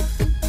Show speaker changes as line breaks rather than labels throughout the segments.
Thank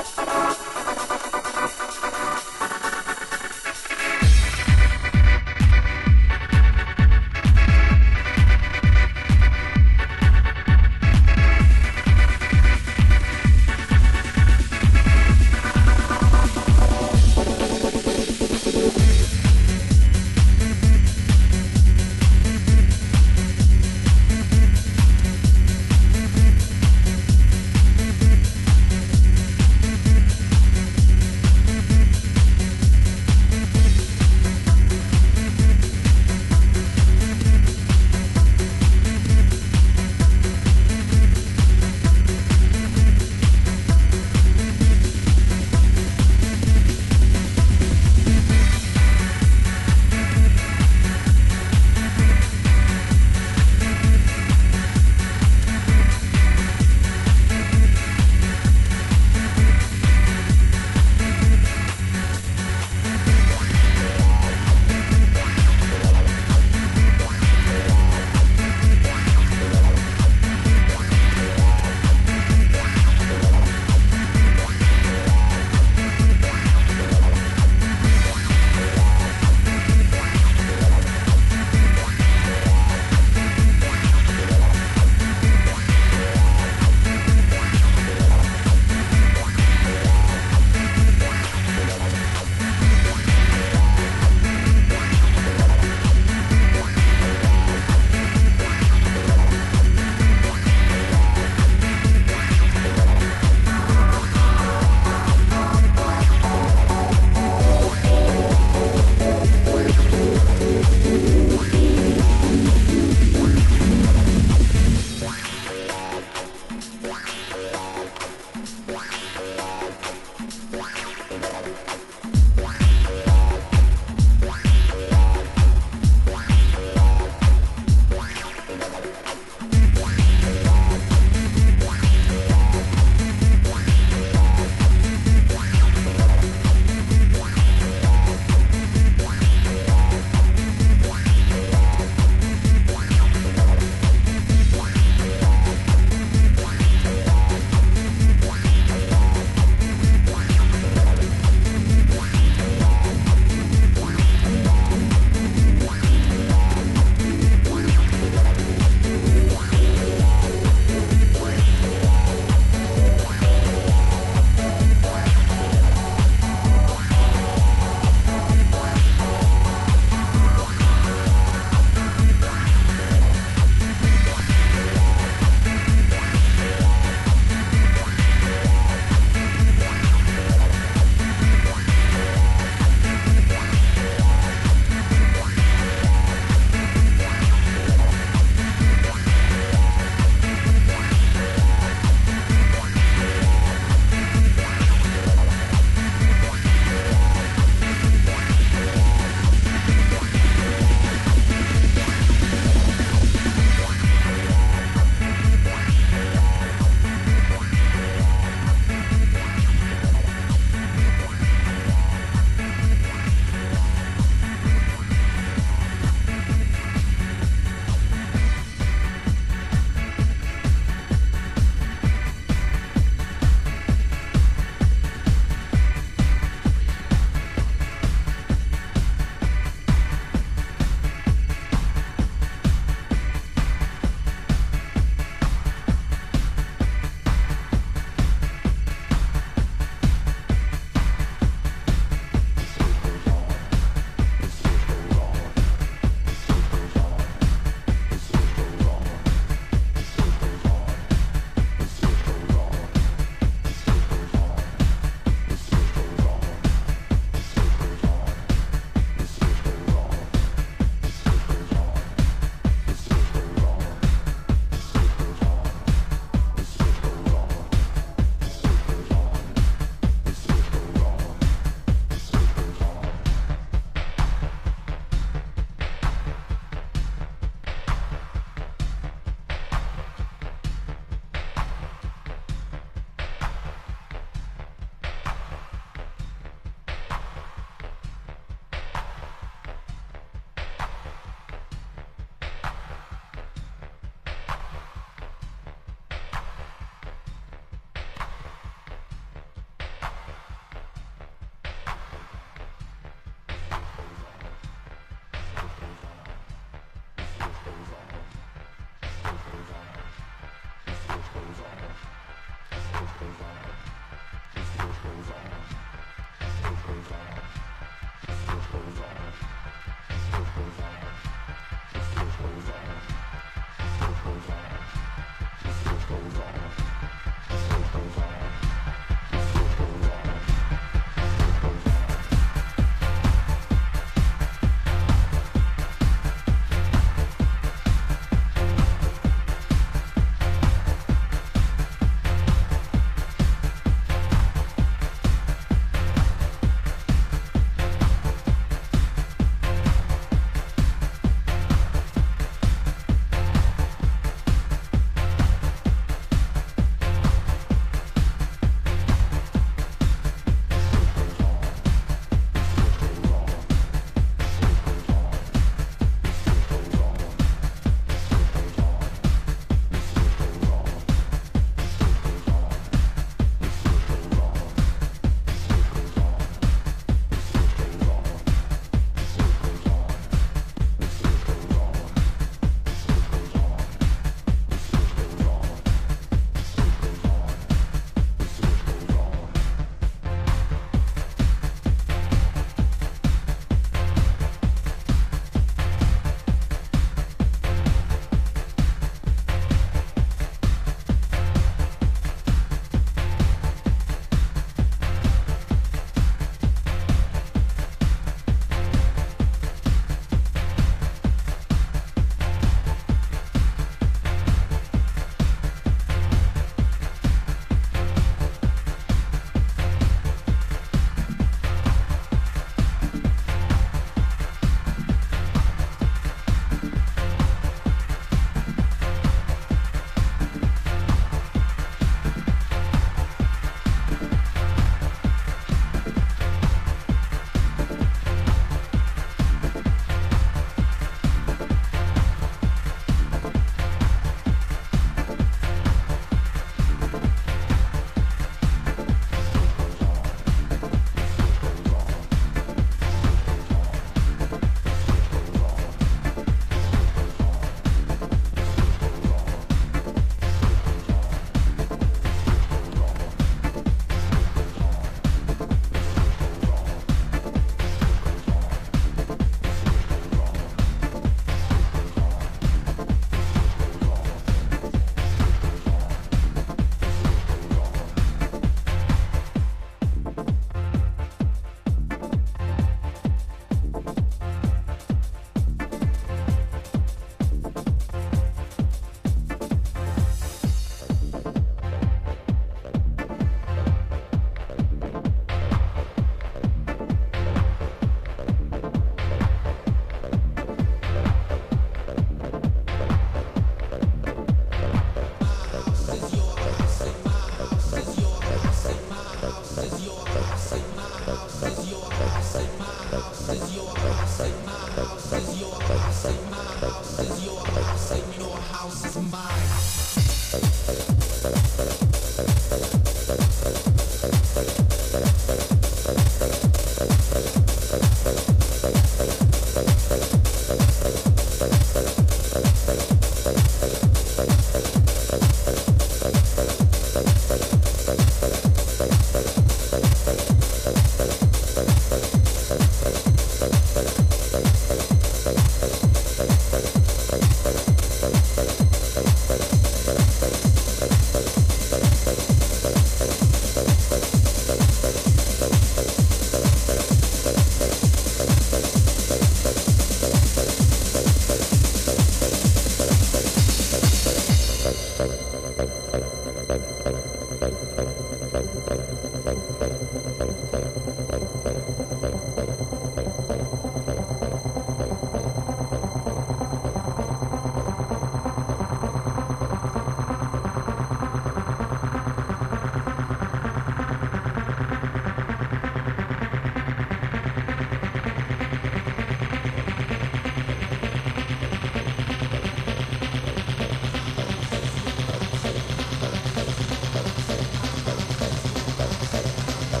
Thank you.